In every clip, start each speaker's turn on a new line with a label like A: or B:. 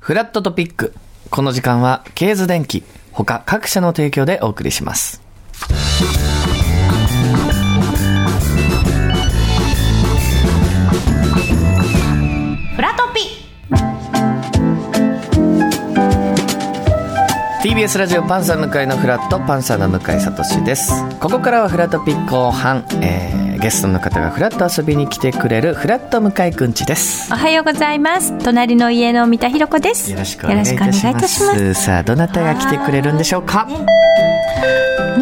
A: フラットトピック。この時間は、ケーズ電機、他各社の提供でお送りします。
B: フラトピ
A: TBS ラジオパンサー向井のフラットパンサーの向井聡ですここからはフラットピック後半、えー、ゲストの方がフラット遊びに来てくれるフラット向井くんちです
B: おはようございます隣の家の三田寛子です
A: よろしくお願いいたします
B: よろしくお願いいたし
A: さあどなたが来てくれるんでしょうか
B: ます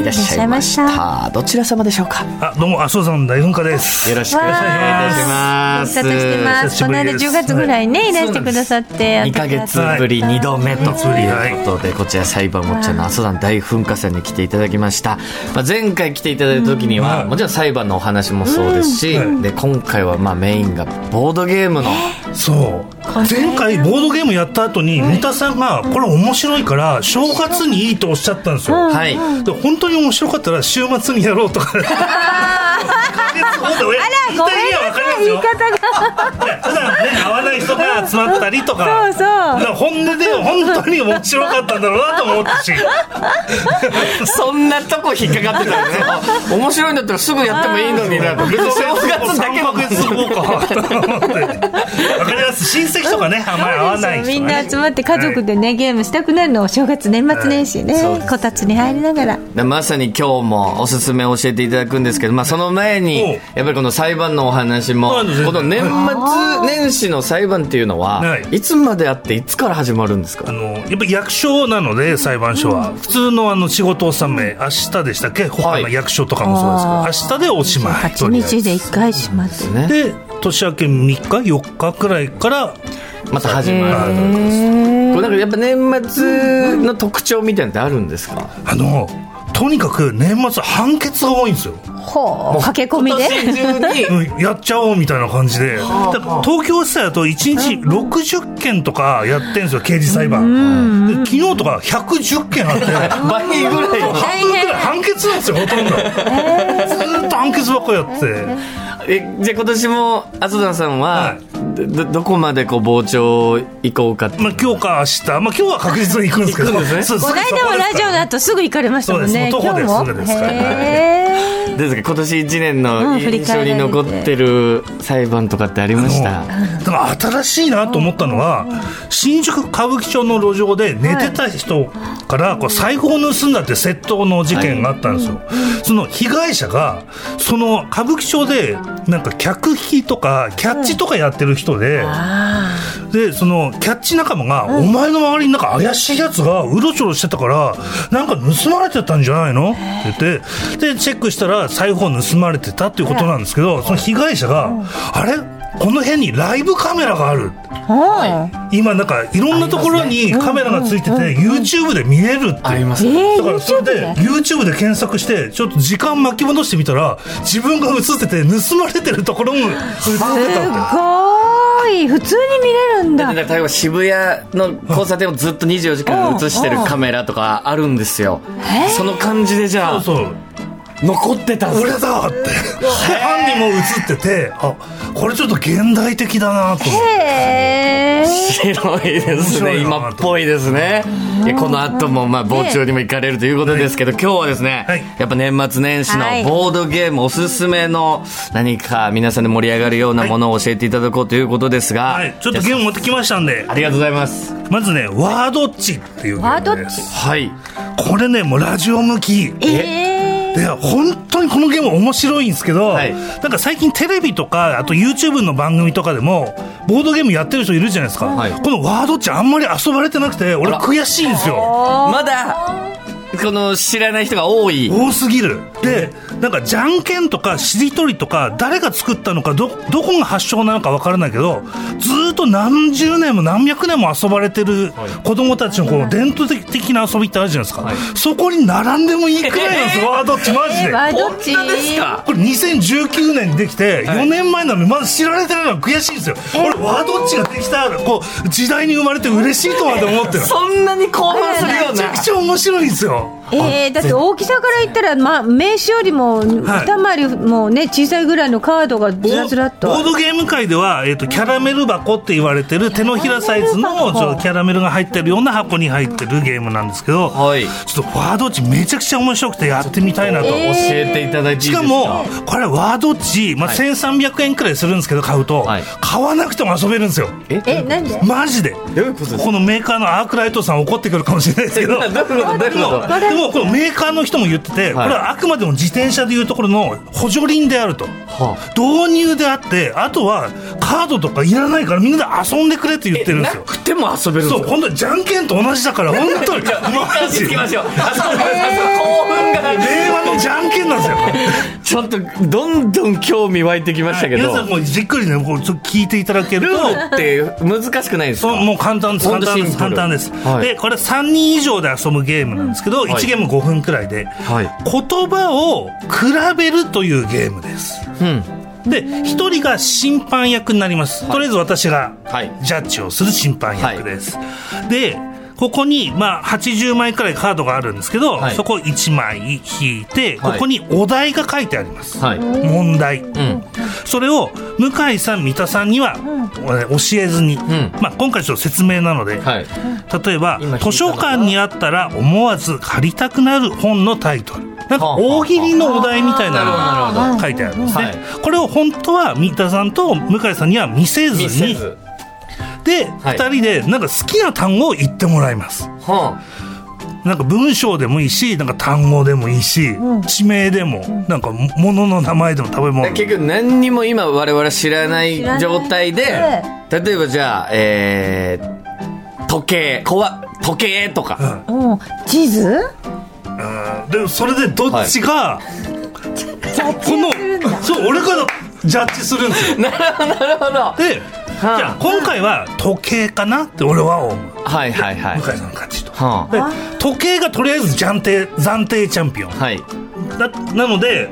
A: いらっしゃいまし
B: いらっしゃいました
A: どちら様でしょうか
C: あ、どうも、麻生さん大噴火です。
A: よろしくお願いいたします
B: ご無沙汰してます
C: 久し
B: こ
C: ぶ
B: の
C: り
B: 間
C: です
B: 10月ぐらいねいらしてくださって
A: 2ヶ月ぶり2度目ということで、こちら裁判持ちの阿蘇山大噴火さんに来ていただきました、まあ、前回来ていただいた時には、
C: うん
A: もちろん裁判のお話もそうですし、
C: うん
A: で今回はまあメインがボードゲームの、
C: そう。前回、ボードゲームやった後に、三田さんが、これ面白いから、正月にいいとおっしゃったんですよ。
A: はい
C: で本当に面白かったら、週末にやろう とか。あら
B: ごめんなさい言い方が
C: 普段ね会わない人が集まったりとか
B: そうそう
C: だから本音で本当に面白かったんだろうなと思ったし
A: そんなとこ引っかかってたんですよ面白いんだったらすぐやってもいいのにな別に正月だけの
C: 三月行こうかと思ってわかります親戚とかねあんまり会わない人、ね、
B: みんな集まって家族でね、ゲームしたくなるのお正月年末年始ね、こたつに入りながら
A: でまさに今日もおすすめ教えていただくんですけど、まあ、その前
C: おう
A: にやっぱりこの裁判のお話も
C: そうなんです
A: この年末年始の裁判っていうのは
C: はい
A: いつまであっていつから始まるんです
C: あ
A: か
C: のやっぱ役所なので裁判所は、普通のあの仕事納め明日でしたっけ他の役所とかもそうですけど、明日でおしまい
B: 8
C: とりあえず
B: 日で1回します
A: ね
C: で年明け3日4日くらいから
A: また始
B: へ
A: まるこ
B: ー
A: れなんかやっぱ年末の特徴みたいなのってあるんですか
C: あのとにかく年末判決が多いんですよ、
B: ほう駆け込みで
A: 今年中に
C: うん、やっちゃおうみたいな感じでだから東京市裁だと1日60件とかやってんですよ刑事裁判で昨日とか110件あって
A: 倍ぐらいは
B: 大
C: だから
B: 変
C: 判決なんですよほとんどずーっと判決ばっかりやって。
A: えじゃあ今年も浅田さんは
C: は
A: どどこまでこう傍聴行こうかって
C: まあ、今日か明日、まあ、今日は確実に行くんですけど、
A: 行くんですね
C: そう
B: この間もラジオの後すぐ行かれましたもんね
C: そうです
B: 今日
C: も
B: も
C: う徒歩ですぐですから
B: へー
A: どうですか今年1年
B: う
A: の
B: ん振り
A: 印象
B: 返られ
A: に
B: て
A: 残ってる裁判とかってありました、
C: だから新しいなと思ったのは新宿歌舞伎町の路上で寝てた人からこう財布を盗んだって窃盗の事件があったんですよ、その被害者がその歌舞伎町でなんか客引きとかキャッチとかやってる人で、
B: あ
C: でそのキャッチ仲間が、お前の周りになんか怪しいやつがうろちょろしてたからなんか盗まれてたんじゃないのって言ってでチェックしたら財布を盗まれてたっていうことなんですけどその被害者が、あれこの辺にライブカメラがある
B: ーは
C: 今なんかいろんなところにカメラがついてて、YouTube で見れるって
A: あります
B: いえ
A: ね
B: ー、
C: だからそれ
B: YouTube
C: で
B: で
C: YouTube で検索してちょっと時間巻き戻してみたら自分が映ってて盗まれてるところも映って
B: す
C: たって。
B: ごい普通に見れるんだ
A: だから例えば渋谷の交差点をずっと24時間映してるカメラとかあるんですよ
B: えー
A: その感じでじゃ
C: そう
A: あ
C: そう
A: 残ってたんです
C: 俺だってで 犯人も映っててあこれちょっと現代的だなと思って
B: へー
A: 白いですね
C: 面白いな
A: 今っぽいですねいやこの後もまあ傍聴にも行かれるということですけど今日はですね
C: はい
A: やっぱ年末年始の
B: はい
A: ボードゲームおすすめの何か皆さんで盛り上がるようなものを教えていただこうということですが
C: はいちょっとゲーム持ってきましたんで
A: ありがとうございます
C: まずねワードッチっていうゲ
B: ワード
C: ーム
B: ッ
C: です
A: はい
C: これねもうラジオ向き
B: えー
C: で本当にこのゲーム面白いんですけど、
A: はい
C: なんか最近テレビとかあと YouTube の番組とかでもボードゲームやってる人いるじゃないですか、
A: はい
C: このワードッチあんまり遊ばれてなくて俺悔しいんですよ
A: まだこの知らない人が多い
C: 多すぎるでなんかじゃんけんとかしりとりとか誰が作ったのかどどこが発祥なのかわからないけどずーっと何十年も何百年も遊ばれてる子供たちのこの伝統的的な遊びってあるじゃないですか、
A: はい
C: そこに並んでもいいくらいなんですよ、ワードっちマジで。
B: ワードッチ
A: こんなですか
C: これ2019年にできて
A: はい
C: 4年前なのにまだ知られてないのは悔しいんですよ、俺ワードっちができたこう時代に生まれて嬉しいとはで思ってる
A: そんなに興奮するよう
C: めちゃ
A: な
C: くちゃ面面白いんですよ。
B: えー、だって大きさから言ったら、まあ、名刺よりも二回りもね小さいぐらいのカードがずらずらっと
C: ボードゲーム界では、えー、とキャラメル箱って言われてる手のひらサイズのちょっとキャラメルが入ってるような箱に入ってるゲームなんですけど、
A: はい
C: ちょっとワードっちめちゃくちゃ面白くてやってみたいなと。
A: 教えていただいていいです
C: しかも、これワードっち、まあ、
A: はい
C: 1300円くらいするんですけど買うと、
A: はい
C: 買わなくても遊べるんですよ
A: え
B: えなんで
C: マジで
A: どういうことですか
C: このメーカーのアークライトさん怒ってくるかもしれないで すけど
A: どういうことどういうこと
B: あれ
C: でもこのメーカーの人も言ってて、これはあくまでも自転車でいうところの補助輪であると、
A: は
C: 導入であってあとはカードとかいらないからみんなで遊んでくれって言ってるんで
A: な
C: すよ
A: くても遊べるんです
C: そう
A: よ
C: 今度じゃんけんと同じ だから本当にマジ
A: 行き
C: 令
A: ましょう。あそうそうそう興奮がない。
C: 和のじゃんけんなんです
A: ち
C: よ
A: ょっとどんどん興味湧いてきましたけ
C: 皆
A: ど。
C: さんもうじっくりねこうちょっと聞いていただける
A: ル
C: と
A: ールって難しくないですか。
C: そうもう簡単です
A: ほんと
C: 簡単で
A: シン
C: す
A: プル
C: 簡単です、
A: はい
C: でこれ3人以上で遊ぶゲームなんですけど、
A: はい
C: 1ゲーム5分くらいで、
A: はい
C: 言葉を比べるというゲームです
A: うん。
C: で1人が審判役になります、とりあえず私が
A: はい
C: ジャッジをする審判役です、でここに、まあ、80枚くらいカードがあるんですけど、
A: はい
C: そこ1枚引いてこ
A: はい
C: こにお題が書いてあります、
A: はい。う
C: 問題、
A: ん。
C: それを向井さん三田さんには、えー教えずに、
A: ん
C: まあ、今回ちょっと説明なので、
A: はい。
C: 例えば
A: 今聞いた
C: 図書館にあったら思わず借りたくなる本のタイトルなん
A: はあ
C: か
A: はあ
C: 大喜利のお題みたいなの
A: なるほどなる
C: が書いてあるんですね、
A: はい
C: これを本当は三田さんと向井さんには見せず
A: 見
C: に
A: せず。
C: で、
A: はい
C: 2人でなんか好きな単語を言ってもらいます
A: は
C: なんか文章でもいいしなんか単語でもいいし、地名でもなんか物の名前でも食べ
A: あ。
C: 物でも
A: 結局何にも今我々知らない
B: 知らない
A: 状態で、例えばじゃあ、えー、時計、こわ、時計とか。
B: うん地図
C: うんでもそれでどっちが、このそう俺からジャッジするんです よ
A: なるほど、なるほど。
C: で、
A: はあ
C: じゃあ今回は時計かなって俺は思う
A: はいはいはい。
C: 向井さんの勝ちと。
A: は
C: で時計がとりあえず暫定暫定チャンピオン
A: あ。はい。
C: だなので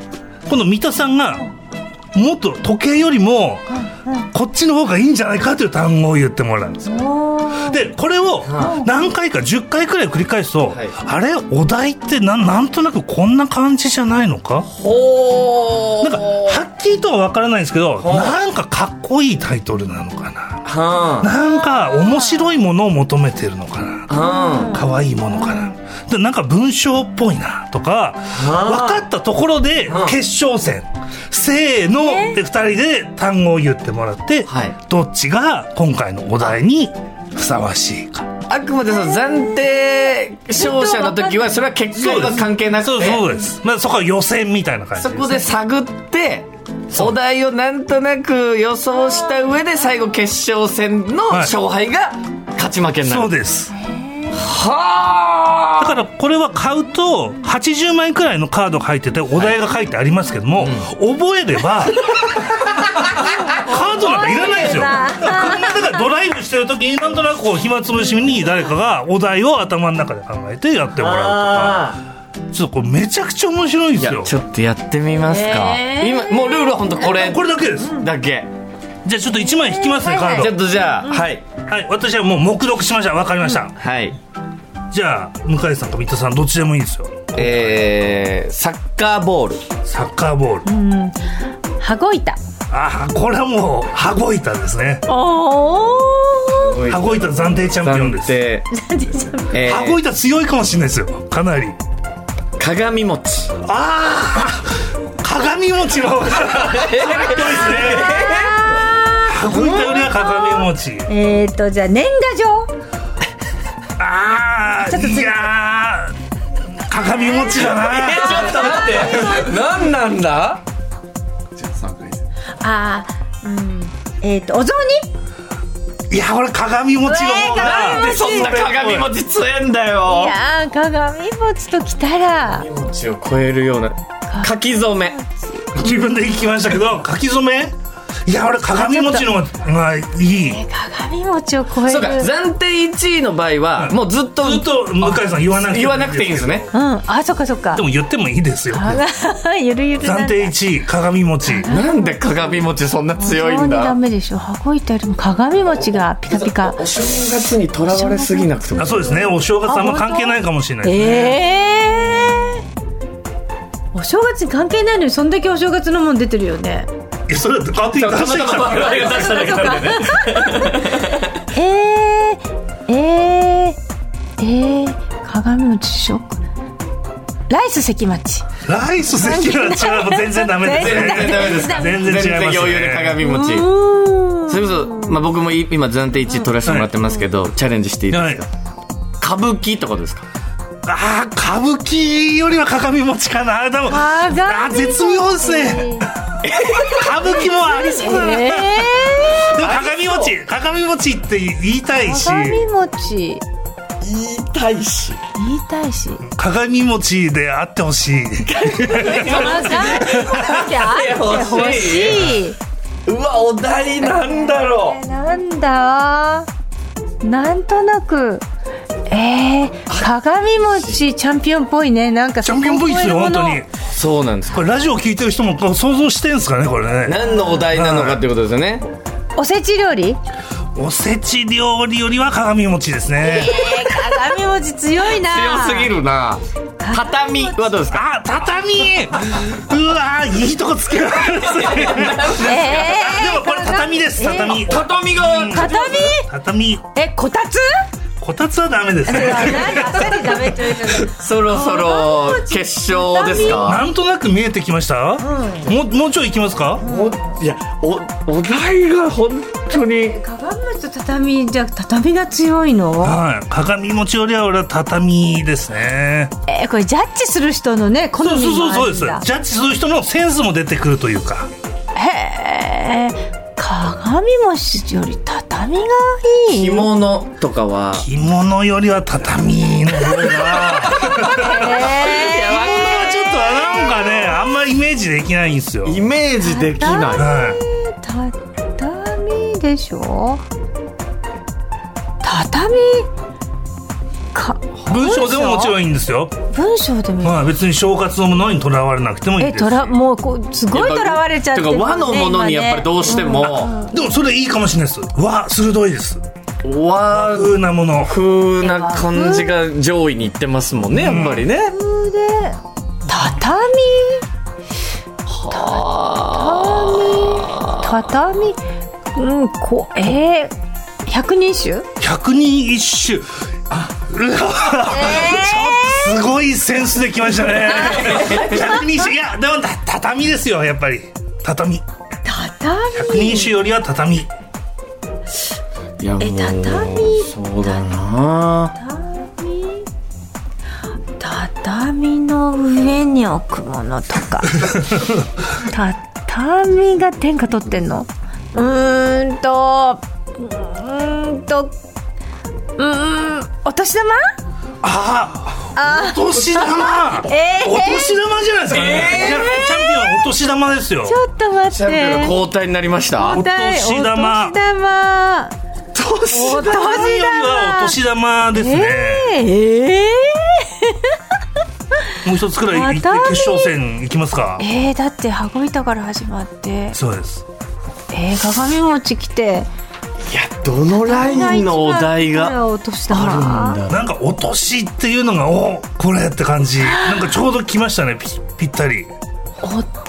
C: 今度三田さんがもっと時計よりもこっちの方がいいんじゃないかという単語を言ってもらうんですよでこれを何回か10回くらい繰り返すと、
A: はい
C: あれお題ってななんとなくこんな感じじゃないのか
A: ほー。
C: なんかはっきりとは分からないんですけど
A: ほう
C: なんかかっこいいタイトルなのかな
A: は
C: なんか面白いものを求めてるのかな
A: あ。はあ。
C: 可愛いものかなでなんか文章っぽいなとか
A: あ
C: 分かったところで
A: うん
C: 決勝戦せーので2人で単語を言ってもらって
A: はい
C: どっちが今回のお題にふさわしいか
A: あくまでその暫定勝者の時は、それは結果は関係なく
C: そう
A: て。
C: そうです、まあ、そこは予選みたいな感じ
A: そ
C: です
A: こで探って、お題をなんとなく予想した上で最後決勝戦の
C: はい
A: 勝敗が勝ち負けになる。
C: そうですだ
A: はあ
C: からこれは買うと80枚くらいのカードが入っててお題が書いてありますけども、覚えれ ばカードなんかいらないですよだからドライブしてる時になんとなくこう暇つぶしに誰かがお題を頭の中で考えてやってもらうとかちょっとこれめちゃくちゃ面白い
A: い
C: んです
A: や
C: よ
A: ちょっとやってみますか。
B: えー
A: 今、もうルールは本当これ
C: これだけです
A: だけ。
C: じゃあちょっと1枚引きますねカード
A: ちょっとじゃあ、はい。
C: はい私はもう目録しましたわかりました、
A: はい。
C: じゃあ向井さんか三田さんどっちでもいいですよ
A: えー、サッカーボール。
C: サッカーボール、
B: 羽子板
C: あこれはもう羽子板ですね
B: おお
A: はい
C: 羽子板暫定チャンピオンです
A: 定。え
C: 羽子
A: ー、
C: 板強いかもしれないですよかなり
A: 鏡餅。
C: ああ鏡餅の方が強いですね羽子板よりは鏡餅
B: えーとじゃあ年賀状
C: ああいやー鏡餅だな
A: えちょっと待って。何なんだ
B: あーうんえーとお雑煮
C: いや俺鏡餅の方
B: えー鏡
C: が
B: 餅
A: そんな鏡餅強えんだ
B: い
A: よ。
B: やー鏡餅ときたら
A: 餅を超えるような書き初め
C: 自分で行きましたけど書き初めいや俺鏡餅の方がいい
B: 鏡餅を超える
A: そうか暫定1位の場合は、
C: うん
A: もうずっと
C: ずっと向井さん言わなくてもいいです
A: 言わなくていいんですね
B: うんあそっかそっか
C: でも言ってもいいですよ
B: あら ゆるゆるなんだ
C: 暫定1位鏡餅
A: なんで鏡餅そんな強い
B: 非常
A: ん
B: にダ
A: だ
B: メでしょ箱板よりも鏡餅がピカピカ
A: お正月にとらわれすぎなくても
C: あそうですねお正月あんま関係ないかもしれないですね、
B: ええー、お正月に関係ないのにそんだけお正月のもん出てるよね
C: いやそれだって勝手に
A: た
C: 出
A: ま
C: してき
A: た
C: た
A: ま
C: から
A: 我々が出しただけなんでね
B: えー、えー、えー、鏡餅でしょライス関町
C: ライス関は違う全然ダメです
A: 全
C: ね
A: 然ダメですか
C: 全然違います
A: 全
C: ね
A: 然余裕で鏡餅
B: うーん
A: それこそ、まあ、僕もい今暫定1位取らせてもらってますけど、チャレンジしていいです
C: はい
A: か、歌舞伎ってことですか
C: あー歌舞伎よりは鏡餅かなでもあ
B: 鏡餅
C: ー絶妙ですね歌舞伎もありそうだな、
B: え
C: でも鏡餅鏡餅って言いたい
B: ー、
C: し
B: 鏡餅
A: 言いたいし
B: 言いたいし
C: 鏡餅であってほしい
B: 鏡餅あってほしいう
A: わお題なんだろう
B: なんだなんとなくえー、鏡餅チャンピオンっぽいねなんか
C: チャンピオンっぽいですよ本当に
A: そうなんです
C: これラジオ聞いてる人もこう想像してんすかねこれね
A: 何のお題なのかってことですよね
B: おせち料理
C: おせち料理よりは鏡餅ですね
B: 鏡餅強いな
A: 強すぎるな畳はどうですか
C: あ畳うわーいいとこつけられますね
B: えー、
C: でもこれ畳です畳
A: 畳が
B: 畳
C: 畳
B: えこたつ
C: こたつはダメですね
B: なんかあっさりダメというじゃない
A: そろそろ決勝ですか
C: なんとなく見えてきました、もうもうちょい行きますか、
A: いやおお題が本当に
B: 鏡餅と畳じゃ畳が強いの
C: はい鏡餅よりは俺は畳ですね
B: えー、これジャッジする人のね好み
C: そうそうそ
B: も
C: う
B: あ
C: そ
B: る
C: うで
B: ん
C: すジ
B: だ
C: ャッジする人のセンスも出てくるというか
B: へえ鏡餅より畳がいい
A: 着物とかは
C: 着物より は畳の方がいやあんまちょっとなんかねあんまイメージできないんですよ、
A: イメージできない
C: はい、
B: 畳でしょ畳か
C: 文章でももちろんいいんですよ、
B: 文章でもいい
C: まあ、別に正月のものにとらわれなくてもいい
B: え
C: ですし
B: とらもうこうすごいとらわれちゃって
A: て
B: るね
A: か和のものにやっぱりどうしても
C: でもそれいいかもしれないですわ鋭いです
A: 和
C: 風なもの
A: 風な感じが上位にいってますもんねやっぱりね
B: 今ねで畳畳畳うんこえー、百人一首
C: 百人一首あうわちょっとすごいセンスできましたね百人一首いやでもた畳ですよやっぱり畳
B: 畳
C: 百人一首よりは畳
A: いやもう
B: え畳
A: そうだな
B: 畳畳の上に置くものとか 畳が天下取ってんのうーんとうーんとうーんお年玉
C: ああお年玉
B: えー
C: お年玉じゃないですかね、チャチャンピオンはお年玉ですよ
B: ちょっと待
A: チ
B: っ
A: ャンピオンが
B: て
A: 交代になりました
C: お年玉
B: お年玉
C: お
B: お年玉
C: よりはお年玉ですね、
B: えーえ
C: もう一つくらい行って
B: 畳
C: 決勝戦行きますか
B: ー、えーだって箱板から始まって
C: そうです
B: えー、鏡餅来て
A: いやどのラインのお題が
B: お年玉
A: あるんだ
C: なんかお年っていうのがおこれって感じなんかちょうど来ましたねぴぴったり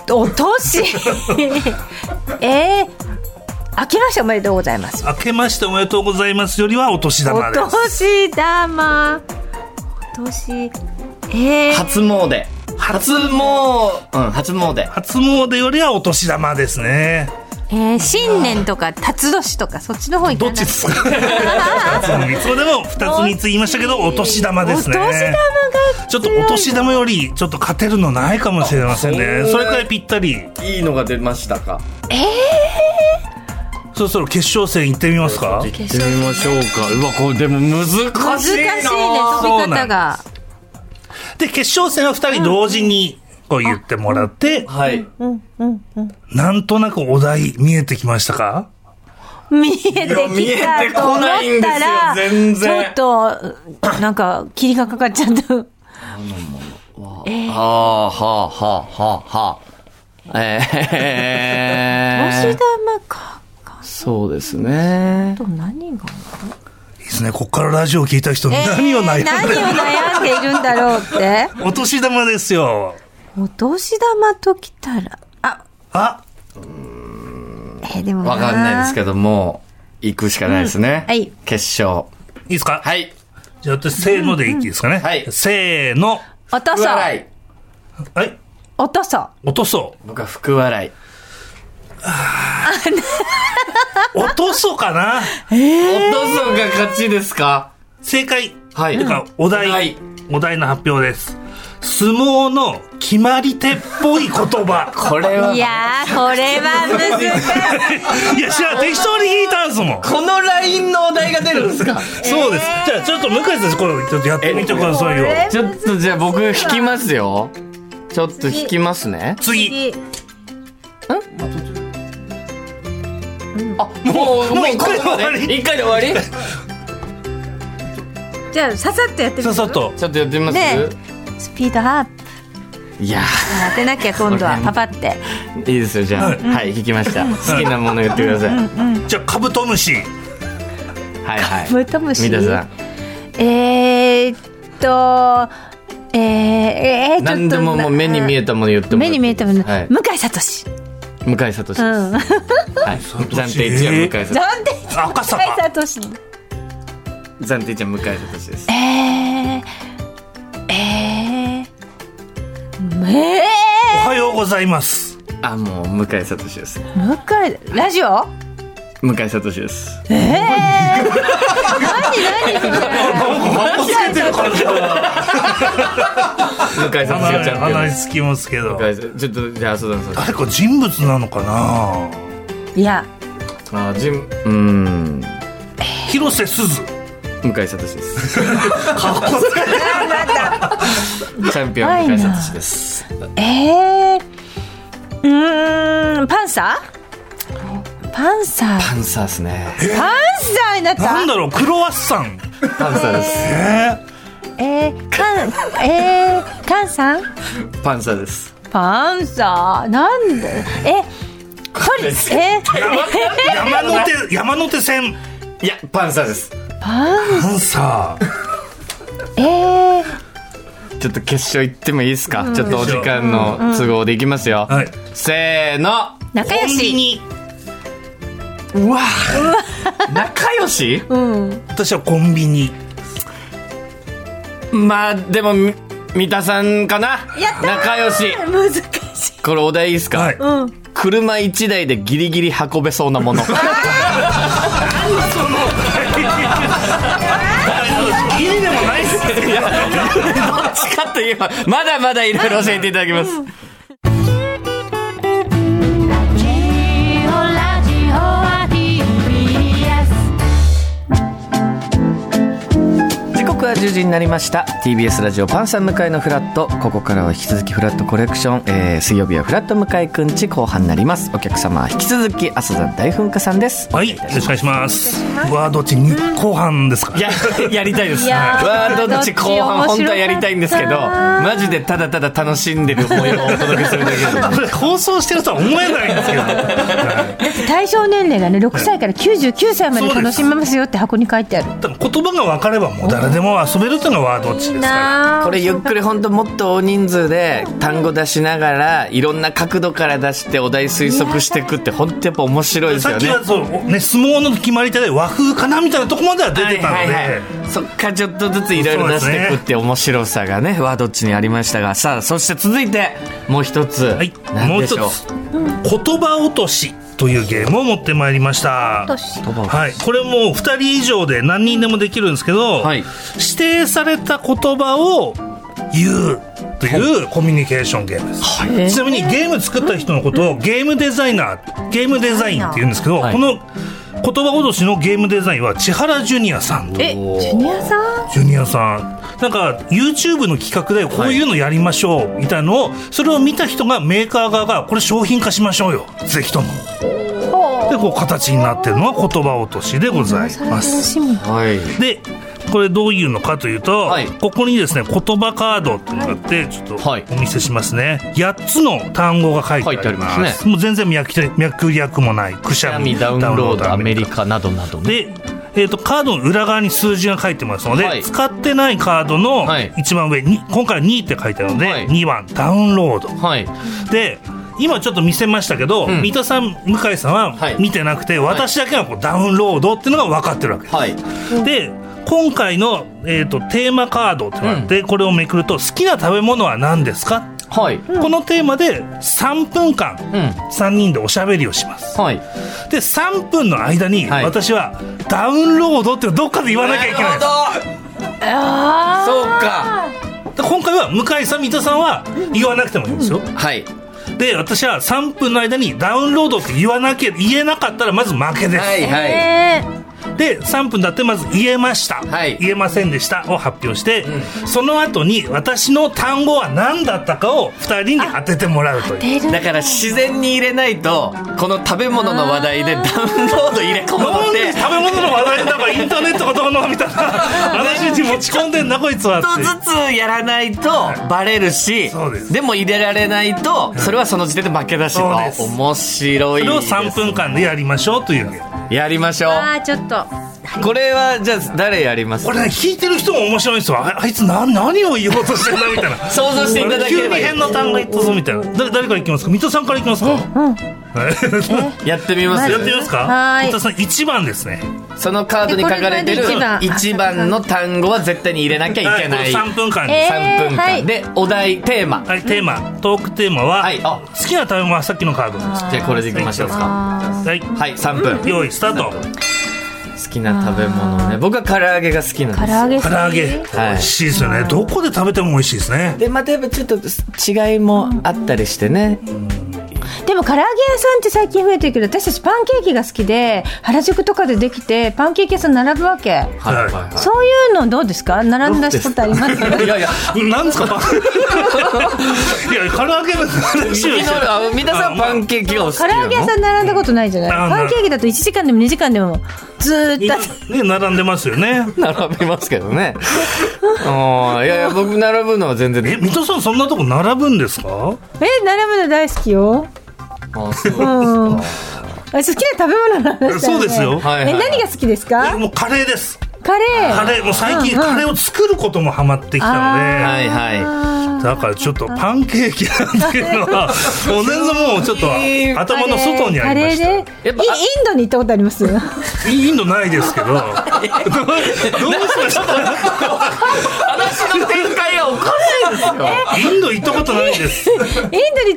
B: おお年 えー、明けましておめでとうございます
C: 明けましておめでとうございますよりはお年
B: お
C: 玉です
B: 年玉お年えー、
A: 初詣初詣うん初詣
C: 初詣よりはお年玉ですね
B: えー新年とか辰年とかそっちの方行か
C: ど
B: な
C: っ
B: い
C: ちですか二ついつまでも二つ三つ言いましたけどお年玉ですね
B: お年玉が
C: ちょっとお年玉よりちょっと勝てるのないかもしれませんね
A: あ
C: それくらいぴったり
A: いいのが出ましたか
C: そろそろ決勝戦行ってみますか
A: 行ってみましょうかうわこれでも難しいな
B: 難しいね飛び
C: そうなん
B: 方
C: で
B: が
C: で決勝戦は二人同時にこを言ってもらって、
A: はい。
B: うんうんうん
C: なんとなくお題見えてきましたか
B: 見えてきたと思ったら、
A: いや見えてこないんですよ全然
B: ちょっと、なんか、霧がかかっちゃった。
A: はあ、はあ、はあ、はあ、はあ。え
B: お
A: ー
B: 年。玉か。
A: そうですね。
B: と何が
C: いいですね。こっからラジオ聞いた人、何を悩ん
B: えー何
C: でる
B: を悩んでいるんだろうって。
C: お年玉ですよ。
B: お年玉ときたら、あ、
C: あ、
B: えーでも
A: わかんないです
B: ど。
A: けども、行くしかないですね。
B: うんはい
A: 決勝。
C: いいですか
A: はい。
C: じゃあ、私、せーのでいいですかね。
A: はい
C: せーの。
B: おと
A: 福
B: そ、
A: 笑い。
C: はい。
B: おとそ。
C: 落とそ
A: 僕は福笑い。
C: う。落とそうか
A: お
C: な。
A: 父さんが勝ちですか
C: 正解。
A: はい
C: てか、お題。
A: お題
C: お題の発表です。相撲の決まり手っぽい言葉。
A: これは。
B: いやー、これは難し い。
C: いや、知らん。適当に引いたんですもん。
A: このラインのお題が出るんです か
C: そうです。じゃあ、ちょっと向井さん、これ、ちょっとやってみてくださいよ。
B: え
A: ちょっとじゃあ僕引きますよ。ちょっと引きますね。
C: 次。
A: あ、もう、もう
C: もう一回
A: ここまで
C: 終わり
A: 一回で終わり
B: じゃあ、ささっとやってみ
C: さ
B: る
C: っさと。
A: ちょっとやってみます、
B: ねスピードアップ。
A: いや
B: 当てなきゃ、今度はパパって。
A: ーいいですよ、じゃあ。
C: はい
A: はい、引きました。好きなもの言ってください。
C: じゃあ、カブトムシ。
A: はいはい。
B: カブトムシ
A: 三田さん。
B: えー、っと、えー、えー、ちょっと。
A: 何でももう目に見
B: え
A: えたもの言ってもらっ
B: 目
A: て
B: に見えたもの。
A: はい
B: 向井聡。
A: 向井聡です、
B: う
A: は
B: ん。
A: い、暫定一は向井聡
B: なんで
C: 赤
B: 向井
C: 坂。
B: 聡。
A: 暫定一は向井聡です
B: えー、えー、え
C: おはようございます。
A: あもう向井聡です
B: ー、向井、ラジオ
A: 向井聡です
B: えー、何何それ
C: つけてる感じが。
A: 向井聡がチャンピオン
C: 鼻
A: で
C: に
A: す
C: つきますけど
A: 向。井聡ちょっとじゃあそうだそうだ
C: 誰か人物なのかない
B: や、
A: あジムうーん
C: 広瀬すず。
A: 向井聡です
C: かっこつけて
A: チャンピオンは向井聡です
B: えー、うーん、パンサーパンサー。
A: パンサーですね
B: パンサーになった
C: なんだろう、クロワッサン。
A: パンサーです
C: え
B: えー、かん、えー、かんさん
A: パンサーです
B: パンサーなんでえ、
A: これ
B: え、え
C: ー山山手、 山手線。
A: いやパンサーです
B: パン、
C: パンサー。
B: えー、
A: ちょっと決勝行ってもいいですか、ちょっとお時間の都合でいきますよ、
C: はい
A: せーの
B: 仲良
C: コンビ
B: し。
C: ニ。
A: うわ仲良し
B: うん。
C: 私はコンビニ。
A: まあでもみ三田さんかな
B: やったー
A: 仲良し
B: 難しい。
A: これお題いいですか、
C: はい。
B: うん。
A: 車1台でギリギリ運べそうなもの
C: いいでもないっす。
A: いやどっちかといえばまだまだいろいろ教えていただきます、時刻は10時になりました TBS ラジオパンサー向井のフラットここからは引き続きフラットコレクション、えー水曜日はフラット向井くんち後半になりますお客様は引き続き浅田大噴火さんです
C: はい、よろしくお願いします。うわ、どっち、に後半ですか。
A: いや、 やりたいです。
B: いやー
A: ワードっち後半、
B: どっち面白かった
A: 本当はやりたいんですけど、マジでただただ楽しんでる模様をお届けするだけです。
C: これ放送してるとは思えないんですけ ど。
B: 対象年齢がね、6歳から99歳まで楽しめますよって箱に書いてある。
C: 多分言葉が分かれば、もう誰でも遊べるというのがワードっちですから。
B: な
A: こ
B: あ
A: れゆっくり本当もっと大人数で単語出しながらいろんな角度から出してお題推測していくって本当やっぱ面白いです
C: さ
A: よ
C: っ
A: ね
C: き。はそう、ね、相撲の決まり手で和風かなみたいなとこまでは出てたの
A: は
C: で、
A: いはいはい、そっからちょっとずついろいろ出していくって面白さがねワードっちにありましたがさあそして続いてもう一つ、
C: はいも
A: 何
C: う
A: で
C: 一
A: し
C: つ
A: ょう
C: 言葉落としというゲームを持ってまいりました
B: 落とし
A: 言葉落とし
C: はい、これも2人以上で何人でもできるんですけど、
A: はい
C: 指定された言葉を言うというコミュニケーションゲームです、
A: はい
C: ちなみにゲーム作った人のことをゲームデザイナーゲームデザインって言うんですけど、
A: はい
C: この言葉落としのゲームデザインは千原ジュニアさんと
B: え、ジュニアさん
C: ジュニアさんなんか YouTube の企画でこういうのやりましょうみたいのをそれを見た人がメーカー側がこれ商品化しましょうよぜひともでこう形になってるのは言葉落としでございます
B: しみ
A: はい。
C: でこれどういうのかというと、
A: はい
C: ここにですね言葉カードっていうのがあってちょっ
A: はい
C: とお見せしますね、8つの単語が書いてあります
A: 書いてあります
C: もう全然脈脈略もないくしゃみ
A: 闇ダウンロードアメリカなどなどね。
C: で、えー、とカードの裏側に数字が書いてますので、
A: はい
C: 使ってないカードの
A: はい
C: 一番上に、今回は2って書いてあるので、
A: はい
C: 2番ダウンロード
A: はい。
C: で今ちょっと見せましたけど、
A: ん
C: 三田さん向井さん
A: はい
C: は見てなくて、私だけがこうダウンロードっていうのが分かってるわけです、
A: はい。
C: で今回の、えー、とテーマカードってのがあって、これをめくると好きな食べ物は何ですか、
A: はい。
C: このテーマで3分間、
A: うん。
C: 3人でおしゃべりをします
A: はい。
C: で3分の間に
A: はい
C: 私はダウンロードってどっかで言わなきゃいけないんです
B: あ
A: そうか。
C: で今回は向井さん三田さんは言わなくてもいいんですよ
A: はい。
C: で私は3分の間にダウンロードって言わなきゃ言えなかったらまず負けです、
A: はい。
B: ー
A: はい。
B: え
C: で3分だってまず言えました、
A: はい
C: 言えませんでしたを発表して、その後に私の単語は何だったかを2人に当ててもらうという
B: ー、出る
A: だから自然に入れないとこの食べ物の話題でダウンロード入れ込む
C: な
A: の
C: ん
A: って
C: で食べ物の話題にだからインターネットがどう のみたいな話に持ち込んでんなこいつはっ
A: ちょ
C: て
A: っとずつやらないとバレるし
C: そうです
A: でも入れられないとそれはその時点で負けだし
C: そう
A: あ
C: です
A: 面白い
C: それを
A: です
C: 3分間でやりましょうという
A: やりましょ
B: あーちょっと
A: うこれはじゃあ誰やります
C: これね聞いてる人も面白いんですよああいつな何を言おうとしてんだみたいな
A: 想像していただければいい
C: 急に変な単語言ったぞみたいな誰誰からいきますか水戸さんからいきますか、
A: やってみます
C: やってみますか
B: はーい
C: 水戸さん1番ですね
A: そのカードに書かれてる
B: でこれまで一番
A: 1番の単語は絶対に入れなきゃいけない
C: 3分間
B: え
C: です、
A: 3分
B: はい
A: 間でお題テーマ
C: はい、テーマトークテーマは、
A: はいあ
C: 好きな食べ物はさっきのカードです
A: じゃあこれでいきましょうか
B: あ
C: はい
A: はい3分
C: 用意スタート
A: 好きな食べ物ね僕は唐揚げが好きなん
B: ー
A: で
B: 唐
A: す
B: 揚げ好
C: 唐
B: き
C: 揚げ、
A: はい
C: 美味しいですよねどこで食べても美味しいですね
A: でまたやっぱちょっと違いもあったりしてね
B: でも唐揚げ屋さんって最近増えてるけど私たちパンケーキが好きで原宿とかでできてパンケーキ屋さん並ぶわけ
A: はい
C: はい
A: はいはい
B: そういうのどうですか並んだことあります
A: い やいや
C: なん ですかいや唐揚げ の話を
A: 右
C: して
A: のあ皆さんパンケーキがお好き
B: 唐
A: なの
B: 揚げ屋さん並んだことないじゃない
C: あ
B: パンケーキだと1時間でも2時間でもずーっと
C: ね、並んでますよね。
A: 並びますけどねうんい やいや僕並ぶのは全
C: え、
A: 然
C: 水戸さん、そんなとこ並ぶんですか。
B: え並ぶの大好きよ
A: あそう
B: うんあ好きな食べ物の話だよね
C: そうですよ
A: はいはい
B: え何が好きです
C: え
B: か
C: もうカレーです。
B: カレー
C: カレー、もう最近カレーを作ることもハマってきた
A: は
C: の
A: いはい
C: で。だから、ちょっとパンケーキなんていうの は、もう全然もう、ちょっと頭の外にありま
B: カレ
C: した。イ
B: ーでイ
A: やっぱ
B: インドに行ったことあり ます
C: ンドないですけど。どうどうしました。
A: 話の展開がおかしいですよ
C: インド行ったことないです。
B: インドに行っ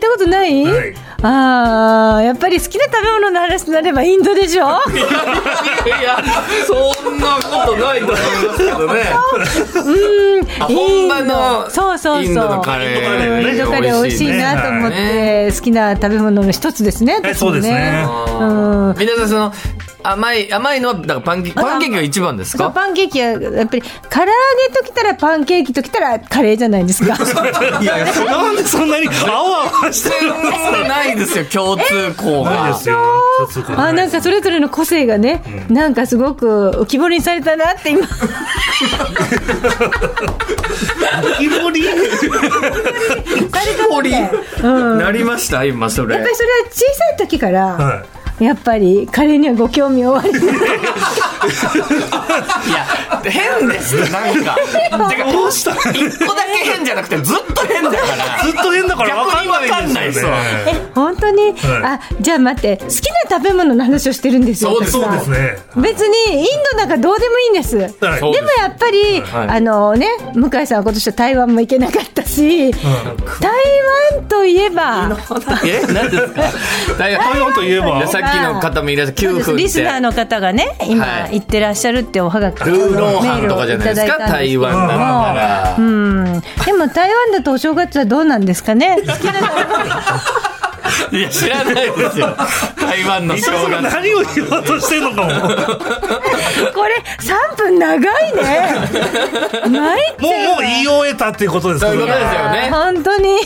B: たことない、
C: はい
B: ああやっぱり好きな食べ物の話になればインドでしょ
A: いやそんなことないと思いますけ どねあ本場の
B: そうそうそう
A: インドのカレー
B: インドカレー美味しいなと思って、好きな食べ物の一つですね
C: はい
B: 私
C: そ
B: も
C: う
B: ね
C: ですね。
B: うん
A: 皆さんその甘い甘いのはだからパンケーキパンケーキが一番です
B: そう
A: か
B: パンケーキはやっぱり唐揚げときたらパンケーキときたらカレーじゃないですか
C: いや、なんでそんなに、あわあわしてるんで
A: 全然ない ですよ共通項が
C: すよ。ちょっとこれ
B: あなんかそれぞれの個性がね、なんかすごく浮き彫りにされたなって今
C: イボリ
A: 氷なりました今そ
B: やっぱ
A: れ
B: りそれは小さい時から、
C: は
B: やっぱりカレーにはご興味おありで
A: いや変ですねなんかてか
C: どうした
A: 一個だけ変じゃなくてずっと変だから
C: ずっと変だから分かんないんですよね。
B: え本当に、
C: は
B: あじゃあ待って好きな食べ物の話をしてるんですよ
A: そうです
B: 私
C: そう
B: は
C: ですね。
B: 別にインドなんかどうでもいいんです、
C: はい
B: でもやっぱり、
A: はい
B: あのね向井さんは今年は台湾も行けなかったし、台湾といえば
A: え何ですかだい
C: 台湾といえば
A: で、さっきの方もいらっしゃる9
B: そう
A: 分
B: です
A: って
B: リスナーの方がね今、
A: はい
B: 行ってらっしゃるっておはがき
A: ルーロンハンとかじゃないですか
B: メールをただ
A: 台
B: いたん
A: 湾なんだから
B: ですけどうんでも台湾だとお正月はどうなんですかね好きな食べ物
A: いや知らないですよ台湾の
C: 今
A: 正
C: 更
A: 月
C: 何を言おうとしてんのかも。
B: これ3分長いねないって
C: もう、もう言い終えたっていうことです
A: そう
C: け
A: いう
C: ど
A: こと
C: ね
A: で。すよね
B: 本当に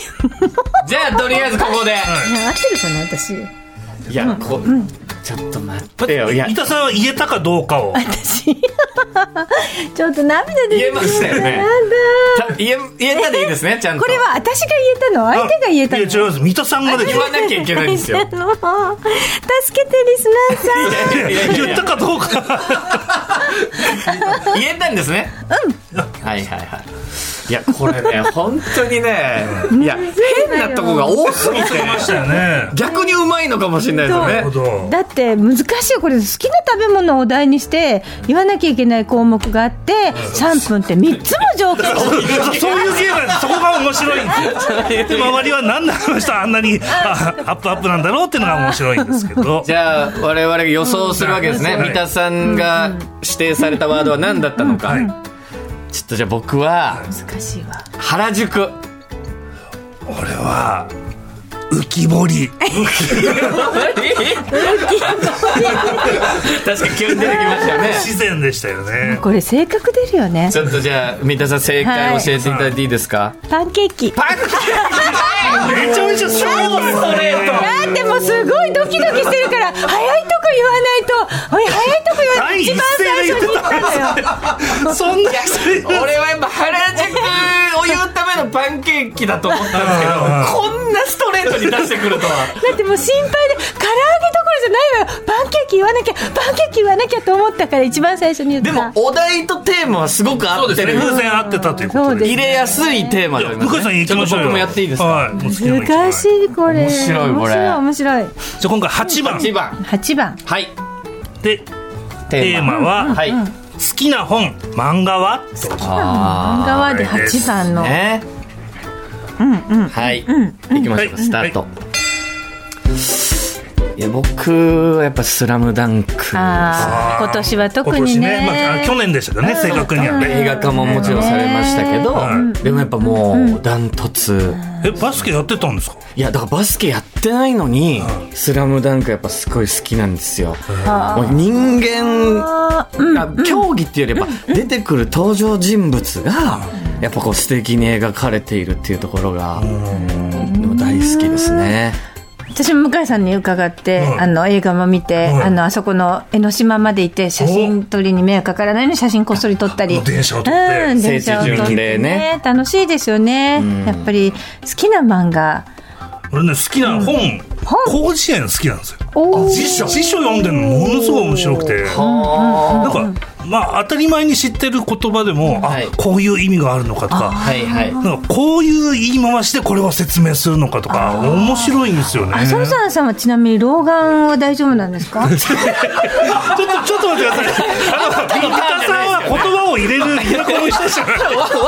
A: じゃあとりあえずここで
B: 合ってるかな私
A: いやこちょっと待ってよいや
C: 伊田さんは言えたかどうかを。
B: 私ちょっと涙出
A: 言え
B: て
A: ま
B: くる
A: したよね
B: やだ
A: た言え言えたでいいですねちゃんと
B: これは私が言えたの相手が言えたの
C: いや違います。三田さんがで
A: 言わなきゃいけないんですよ
B: 相手の助けてリスナーさん
A: いやいやいやいや
C: 言ったかどうか。
A: 言えたんですねうんはいはいはいいやこれね本当にねいや変なとこが多すぎて
C: ましたよね。
A: 逆にうまいのかもしれないですよ
C: なるほ
A: ね
C: ど。
B: だって難しいよこれ好きな食べ物をお題にして言わなきゃいけない項目があって3分って3つも条件
C: そうそういうゲームなんですそこが面白いんですよ。で周りは何であの人はあんなにあアップアップなんだろうっていうのが面白いんですけど
A: じ。ゃあ我々が予想するわけですね
C: うん
A: 三田さんが指定されたワードは何だったのか
C: はい。
A: ちょっとじゃあ僕は
B: 難しいわ
A: 原宿
C: 俺は浮き彫り。
A: 確かに急に出てきましたよね
C: 不自然でしたよね。
B: これ性格出るよね
A: ちょっとじゃあ三田さん正解教えていただいていいですか、
B: パンケーキ
A: パンケー
C: めちゃめちゃショートですね。
B: だってもうすごいドキドキしてるから早いとこ言わないとおい早いとこ言わない
C: 第
B: 一
C: 一
B: 番最
C: 声
B: 初に
C: で
B: 言
C: 言っ
B: ってたのよ
C: た。そんな
A: キ俺はやっぱ原宿を言うためのパンケーキだと思ったんですけどこんなストレートに出してくるとは
B: だってもう心配で唐揚げどころじゃないわよパンケーキ言わなきゃパンケーキ言わなきゃと思ったから一番最初に言った
A: でもお題とテーマはすごく合ってる、
C: 偶然合ってたというこ
B: そ
C: と
B: う
C: で。
B: です
A: 入れやすいテーマであります
C: 向井さん行きましょ
A: ちょっ
C: う
A: と
C: よ。
A: 僕もやっていいですか、
C: はい。もう次の行きま
B: 難
C: し
B: しいこれ
A: 面白いこれ
B: 面白い面白い
C: ょうじゃあ今回八番
A: 1番
B: 8番
A: はい
C: で
A: テ
C: テ
A: ー
C: ー
A: マ
C: マは
A: はい、
C: 好きな本漫画はと
A: あ
B: 漫画はで8番の、
A: ーねうんうんはい、いきましょう
C: はい
A: スタート、い、や僕はやっぱ「スラムダンク
B: あー今年は特にね
C: 今年まあ去年でしたけどね正確には
A: 映
C: ね。
A: 画化ももちろんされましたけど、
C: うん
A: でもやっぱもうダントツ、
C: えバスケやってたんですか。
A: いやだからバスケやってないのに「スラムダンクやっぱすごい好きなんですよ、もう人間
B: あーうん
A: あ競技っていうよりやっぱ出てくる登場人物がやっぱこう素敵に描かれているっていうところがうんでも大好きですね
B: 私も向井さんに伺って、
C: うん
B: あの映画も見て、
C: うん
B: あのあそこの江ノ島まで行って写真撮りに迷惑かからないように写真こっそり撮ったり
C: もう電車を撮って
B: うん電車を撮
A: 聖地
B: っ
A: 巡
B: て
A: 礼
B: ね
A: ね
B: 楽しいですよね、やっぱり好きな漫画
C: 俺ね好きな本
B: 本
C: 広辞苑好きなんですよ。
B: おー
C: 辞書辞書読んでるのものすごい面白くて。
A: は
C: なんか、まあ、当たり前に知ってる言葉でも、あ
A: はい、
C: こういう意味があるのかと
A: あ
C: か、
A: はいはい
C: なんかこういう言い回しでこれを説明するのかとか、面白いんですよね。ち
B: 浅
C: ょっ
B: 野
C: と、ち
B: さんさんはちなみに老眼は大丈夫なんです か
C: ょっと待ってください。あの、三田さんは言葉を入れる役の人じゃない。
A: わ私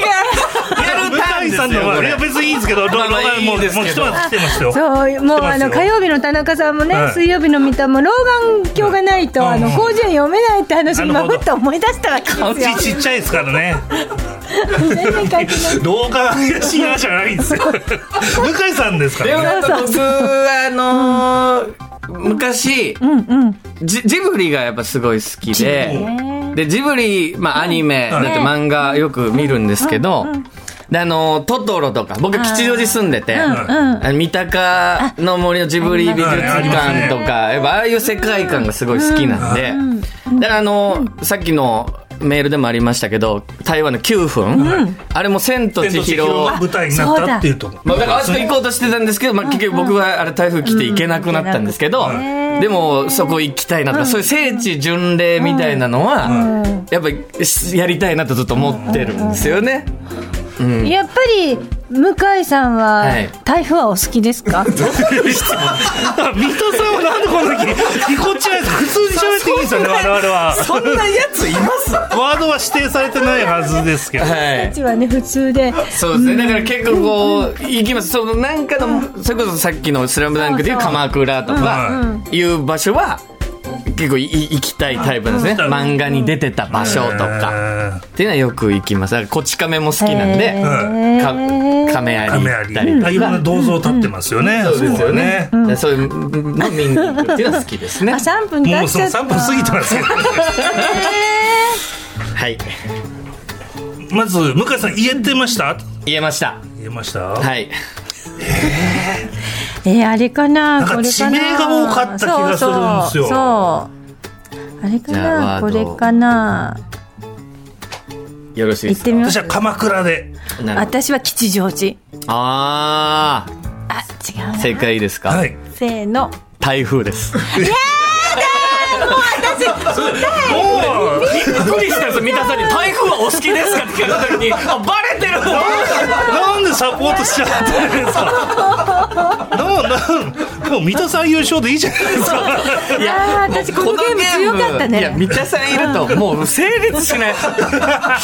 A: がやるターン
C: 向
A: で
C: 井
A: す
C: さんの
A: よこ
C: は、い
A: れ
C: や、別にいいんですけど、
A: まあまあ
C: ロガンも
A: いいん
C: う、
A: です
C: もう
A: け
C: 一
A: ど
C: 晩来てましたよ。
B: そうもうあ
C: 知ってます
B: の
C: よ
B: 火曜日の田中さんもね、
C: はい
B: 水曜日の三田も老眼鏡がないと、あの
C: うん
B: 広辞苑読めないって話
C: な
B: 今
C: るほ
B: ふ
C: ど
B: っと思い出したわけですよ
C: 字ちっちゃいですからね。
B: 全然書いてない
C: 動画怪しいなじゃないんですよ。向井さんですか
A: でも
C: らね。
A: なんか僕あのー昔、ジジブリがやっぱすごい好きででジブリ、まあ、アニメ、
C: うん
A: だって漫画よく見るんですけど、であのートトロとか僕吉祥寺住んでて、あの三鷹の森のジブリ美術館とかやっぱああいう世界観がすごい好きなんで、だからあのーさっきのメールでもありましたけど台湾の9分、あれも「千と千
C: 千と千
A: 尋」
C: 尋を舞台になったっていうとこ。
A: まあ、だからあそこ行こうとしてたんですけど、まあ、結局僕はあれ台風来て行けなくなったんですけど、でもそこ行きたいなとか、そういう聖地巡礼みたいなのは、やっぱりしやりたいなとずっと思ってるんですよね。
B: やっぱり向井さんは
A: はい
B: 台風はお好きです か？
C: ミトさんはなんでこんなにぎこちない普通に喋っていいんですよね我々は
A: そんなやつい ますは
C: ワードは指定されてないはずですけど
B: う
A: い。
B: ちはね普通で。
A: そうですね。だから結構こう、行きます。そのなんかの、それこそさっきのスラムダンクでいう鎌倉とかいう場所は、結構い行きたいタイプなんですね。漫画に出てた場所とか。っていうのはよく行きます。だからこち亀も好きなん
B: へ
A: で、
B: ー
A: か亀有
C: カメ
A: 行
C: ア
A: っ
C: リ
A: たり
C: あいろんな銅像立ってますよね、
A: そうですよね
C: そこ
A: だ
C: は。
A: からそういうのを見に行くっていうのは好きですね
B: あ、。三分経
C: もう
B: っ
C: そ
B: ち
C: の
B: ゃった。
C: 3分過ぎてますけ
A: はい。
C: どまず向井さん言えてました
A: 言えました。
C: 言えました、
A: はい。
B: えー、あれかな
C: なんか
B: これかな
C: 地名が多かった気がするんですよ
B: そうそうそうあれか
A: じゃあワ
B: な
A: ー
B: こ
A: ド
B: れかな
A: よろしいで
B: 行っ
A: すか
B: てみま
C: 私
B: す
C: は鎌倉で
A: なるほど
B: 私は吉祥寺
A: あ
B: あ違うな
A: あ、正解いいですか、
C: はい
B: せーの
A: 台風です。
C: おー
A: びっくりしたんですよ、三田さんに。台風はお好きですかって聞いた時に、 あ、バレてる
C: なんでサポートしちゃってるんですかなんなんもう三田さん優勝でいいじゃないですか
A: い
B: あー私このゲーム強かった
A: いや、
B: ね
A: 三田さんいると、もう成立し ない。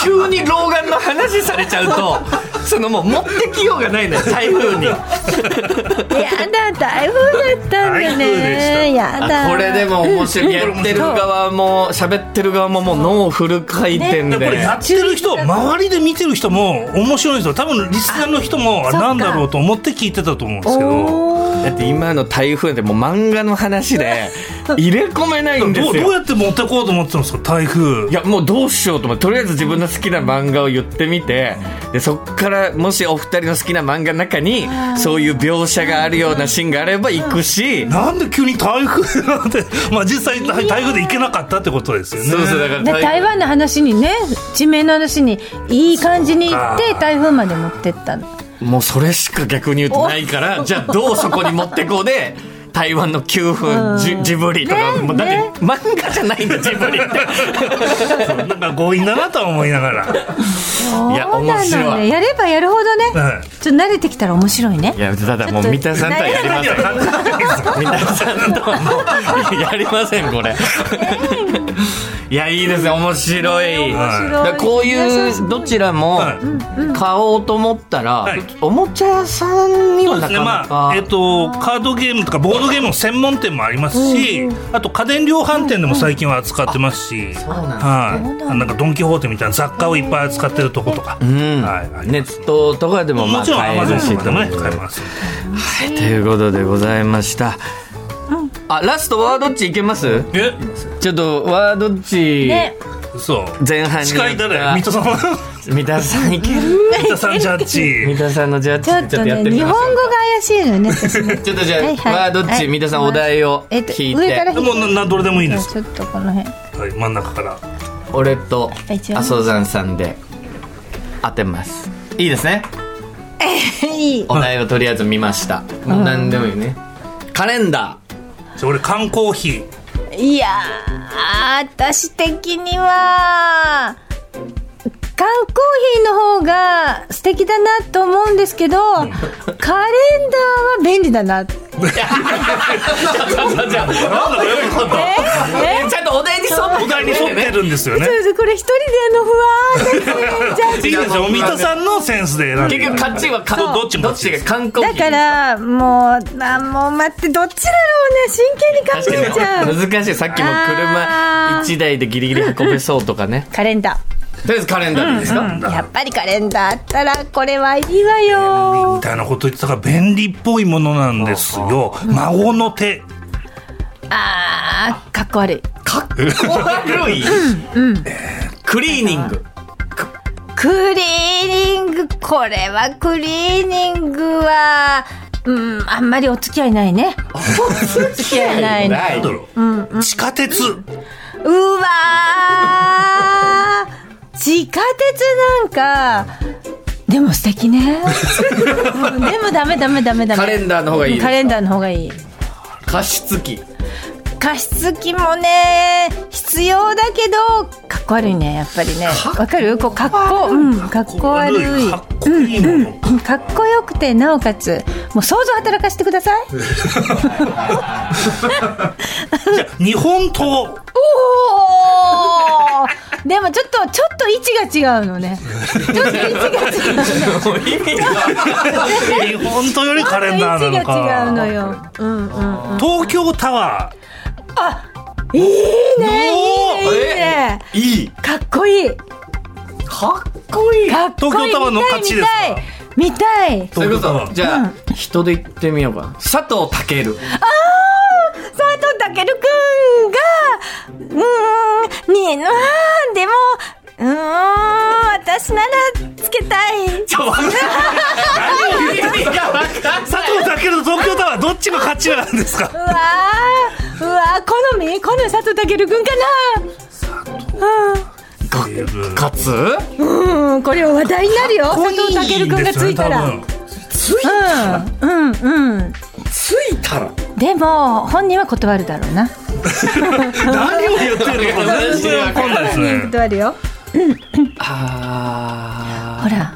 A: 急に老眼の話されちゃうと、そのもう持ってきようがないのよ、台風に。
B: やだ台風だったんだ
C: 台風でした
B: ねやだ
A: あこれでも面白い。やってる側も、喋ってる側ももう脳フル回転
C: これ
A: で
C: や。ってる人周りで見てる人も面白い人多分リスナーの人も
B: そっか
C: なんだろうと思って聞いてたと思うんですけど
B: おー
A: だって今の台風でもう漫画の話 で、入れ込めないんで
C: どう
A: す
C: どう
A: よ。
C: やって持ってこうと思ってたんですか台風
A: いやもうどうしようと思ってとりあえず自分の好きな漫画を言ってみてでそっからもしお二人の好きな漫画の中にそういう描写があるようなシーンがあれば行くし
C: なんで急に台風なんてまあ実際台風で行けなかったってことですよね
A: そうそうだから
B: で台湾の話にね地名の話にいい感じに行って台風まで持ってったの
A: もうそれしか逆に言うとないからじゃあどうそこに持ってこうで台湾の9分ジジブリとか、
B: ね
A: もうだって
B: ね
A: 漫画じゃないんだジブリって
C: なんか強引だなとは思いながら、
A: いや
B: そう
A: 面
B: なの
A: 白
B: ね
A: い
B: やればやるほどね
C: はい
B: ちょっと慣れてきたら面白いね
A: いやただもう三田さんとはやりません三田さんとはもうやりませんこれ いやいいですね面白い
B: 面白い
A: だからこういうどちらも
C: はい
A: 買おうと思ったら、
C: はい
A: おもちゃ屋さんに
C: そう
A: はな
C: ですね
A: かなか、
C: まあえっとカードゲームとかボードゲームの専門店もありますし、あと家電量販店でも最近は扱ってますし、
A: うなんだ
C: はい、あなんかドン・キホーテみたいな雑貨をいっぱい扱ってるとことか、
A: うん
C: はいあります
A: ネットとかでもま
C: も
A: あ
C: ちろんア
A: 買え
C: マゾ
A: るし
C: ンとかでもね買えます
A: はいということでございました、あラストワードっちいけます
C: え
A: ちょっとワードっち
B: ね
C: そう
A: 前半に
C: 近い誰 水戸さん
A: 三田さんいける
C: 水戸さんジャッ
A: 三
C: ジ
A: 田さんのジャッジ
B: ちょっと
A: や
B: ね
A: み
B: 日
A: ま
B: 本
A: しょう
B: 語が怪しいのよね私 ね
A: ちょっとじゃあ、
B: はいはい
A: ワードっち、
B: はい
A: 三田さんお題を
B: えっと
A: 聞いて、
B: 上から
C: もうななどれでもいいです、
B: ちょっとこの辺
C: はい、真ん中から
A: 俺と
B: 一応
A: 阿蘇山さんで当てますいいですね
B: いい
A: お題をとりあえず見ました、もう何でもいいねカレンダ
C: じゃあ俺缶コーヒー
B: いやー私的には缶コーヒーの方が素敵だなと思うんですけどカレンダーは便利だ なって
A: ーちょっとちょっとちょっ
C: なんだこれ
A: とちゃんとお題に沿って
C: お題に沿ってるんで すよね
B: そうそうこれ一人であの不 安ですね
C: いいですよ水戸さんのセンスで選んで
A: 結局勝ちはか
C: そうどっちも
A: どっちが観光
B: だからもうあもう待ってどっちだろうね真剣に考えちゃう
A: 難しいさっきも車
B: あー
A: 1台でギリギリ運べそうとかね
B: カレンダ
A: とりあえずカレンダーでいいですか、
B: ーやっぱりカレンダーあったらこれはいいわよ
C: みたいなこと言ってたから便利っぽいものなんですよ孫の手
B: あーかっこ悪い
A: かっこ悪い、クリーニング
B: クリーニングこれはクリーニングはうんあんまりお付き合いないねお付き合いないね
A: い
C: なんだろう地下鉄
B: うわー地下鉄なんかでも素敵ねうんでもダメダメダメダメ
A: カレンダーの方がいいですか
B: カレンダーの方がいい
A: 加湿器
B: 加湿器もね必要だけどかっこ悪いねやっぱりねわかるこうかっこうんかっこ悪い
C: かっこいいもの
B: うんかっこよくてなおかつもう想像働かせてください
C: じゃあ日本刀
B: おお でもちょっとちょっと位置が違うのねちょっと位置が違うのね
A: もう意味が
C: 日本刀よりカレン
B: 位
C: ダーな
B: 置が
C: の
B: 違うの
C: か
B: よ。うんうん。
C: 東京タワ
B: あ、いいねいいねいいね
A: いい
B: かっこいい
A: かっこいい
B: かっこいい
C: 東京タワーの勝ちですか
B: 見たい見たい
A: それこそじゃあ、
B: う
A: 人で言ってみようか佐藤健
B: 佐藤健くんがうーんになでもうーん私ならつけたい
A: ちょわかんない意味がわかんない
C: 佐藤健と東京タワーどっちが勝ちなんですか
B: うわーうわー好み好み佐藤健くんか
A: かつ
B: なうんこれは話題になるよ佐藤健くんがついたら、
A: つい
B: うんうんうん
A: ついたら
B: でも本人は断るだろうな
C: 何を言ってるの か全
A: 全然
C: 然
A: わ
C: わ
A: か
C: か
A: ん
C: ん
A: な
C: な
A: で
C: いいですす
B: うん
C: ね
B: 断るよ
A: あ
B: ほら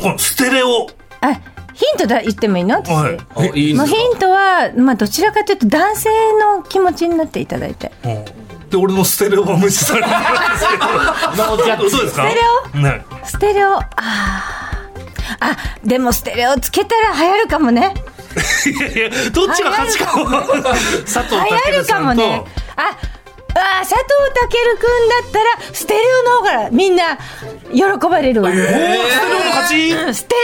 C: このステレオ
B: あヒントだ言ってもいいの私
C: はい
A: ーあいいん
B: も
A: です
B: う
A: か
B: ヒントは、まあ、どちらかというと男性の気持ちになっていただいて
C: で俺のステレオが無視されてるんですけ
A: ノーキャッ
C: ど
A: チ
C: そうですか
B: ステ
C: レオね
B: ステレオあーあでもステレオつけたら流行るかもね
C: いやいやどっちが勝ちかを佐藤
B: 流行
C: 健
B: るか
C: さ
B: も
C: んと
B: ねああ佐藤健くんだったらステレオの方からみんな喜ばれるわ、
C: おーステレオの勝ち
B: ステレ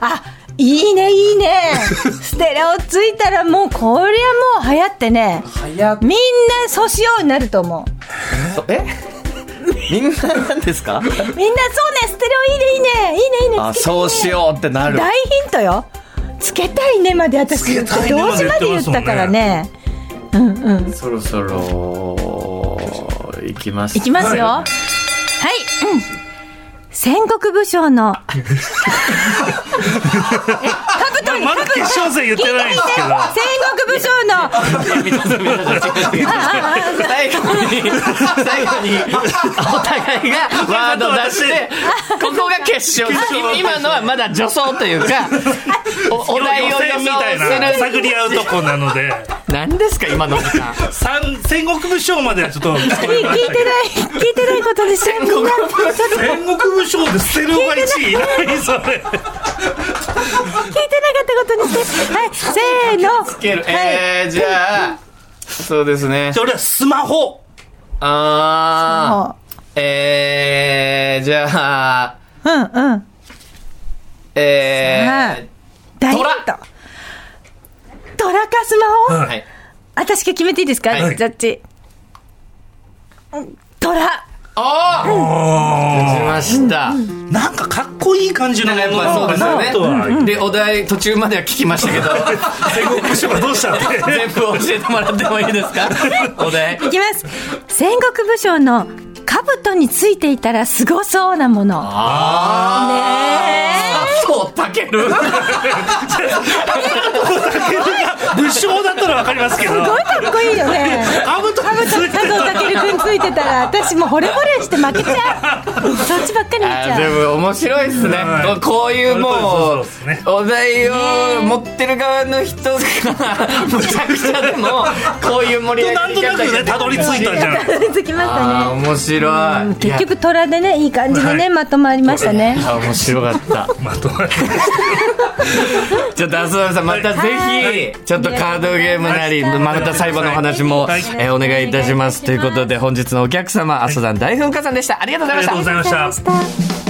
B: オはあいいねい いねステレオついたらもうこりゃもう流行ってね
A: 早
B: みんなそうしようになると思う
A: えみんななんですか
B: みんなそうねステレオいいねいいねいいねいいね
A: あ
B: つけたいね
A: そうしようってなる
B: 大ヒントよつけたいねまで私言って
C: つけたいね
B: 同
C: ま
B: 時
C: で
B: まで言ったからね
A: そろそろ行きます
B: いきますよはい、うん戦国武将のえ兜に
C: まだ決勝戦言ってないんですけど
B: 戦国武将の
A: 最後に最後にお互いがワード出してここが決勝今のはまだ助走というかおお題を
C: 予
A: 予想
C: 選みたい
A: す
C: な
A: る
C: 探り合うとこなので
A: 何ですか今の時間
C: 三戦国武将まではちょっと聞こ
B: 聞
C: え
B: いてな
C: ま
B: い
C: したけ
B: 聞
C: ど
B: いてないことにしてみんな
C: 戦国武将でステレオが1位いないそれ
B: 聞いてなかったことにしてはいせーの
A: つけるえー、じゃあそうですね
C: じゃあ俺はスマホ
A: あ
B: は
A: ーえー、じゃあ
B: いうんうんは
A: え
B: い大ヒント
A: 虎
B: トラかスマホ、
A: ー、
C: は
A: はいい
B: 私が決めていいですか、
A: はい
B: ジャッジトラ
A: ああ出ました、
C: なんかかっこいい感じ
A: な
C: の
A: ん
C: も
A: かやっぱそ
C: の
A: うですよね
C: だなとは
A: でお題途中までは聞きましたけど
C: 戦国武将がどうしたって
A: 全部教えてもらってもいいです かお題
B: いきます戦国武将の兜についていたらすごそうなもの
A: あーそうたける
C: 武将だったらわかりますけど
B: すごいかっこいいよね
C: カブトについて
B: 佐藤健くんついてたら私もう惚れ惚れして負けちゃうそっちばっかり見ち
A: あー
B: ゃ
A: で
B: う
A: も面白いですね、
C: は
A: こ
C: い
A: こういうも
C: そううですね
A: お題を持ってる側の人がむちゃくちゃで もこういう盛り上が
C: なん
A: り
C: となくねたどり着いたじゃん
B: つきました
A: あー
B: ね
A: 面白い
B: 結局トラでねいい感じでね、
C: はい
B: まとまりましたね
A: いやあ面白かった
C: まとまり
A: ちょっと浅田さんまたぜひちょっとカードゲームなりまた裁判のお話も
C: はい
A: えーお願いいたしますということで本日のお客様浅田さん大噴火さんでしたありがとうございました
C: ありがとうございました
B: ありがとうございました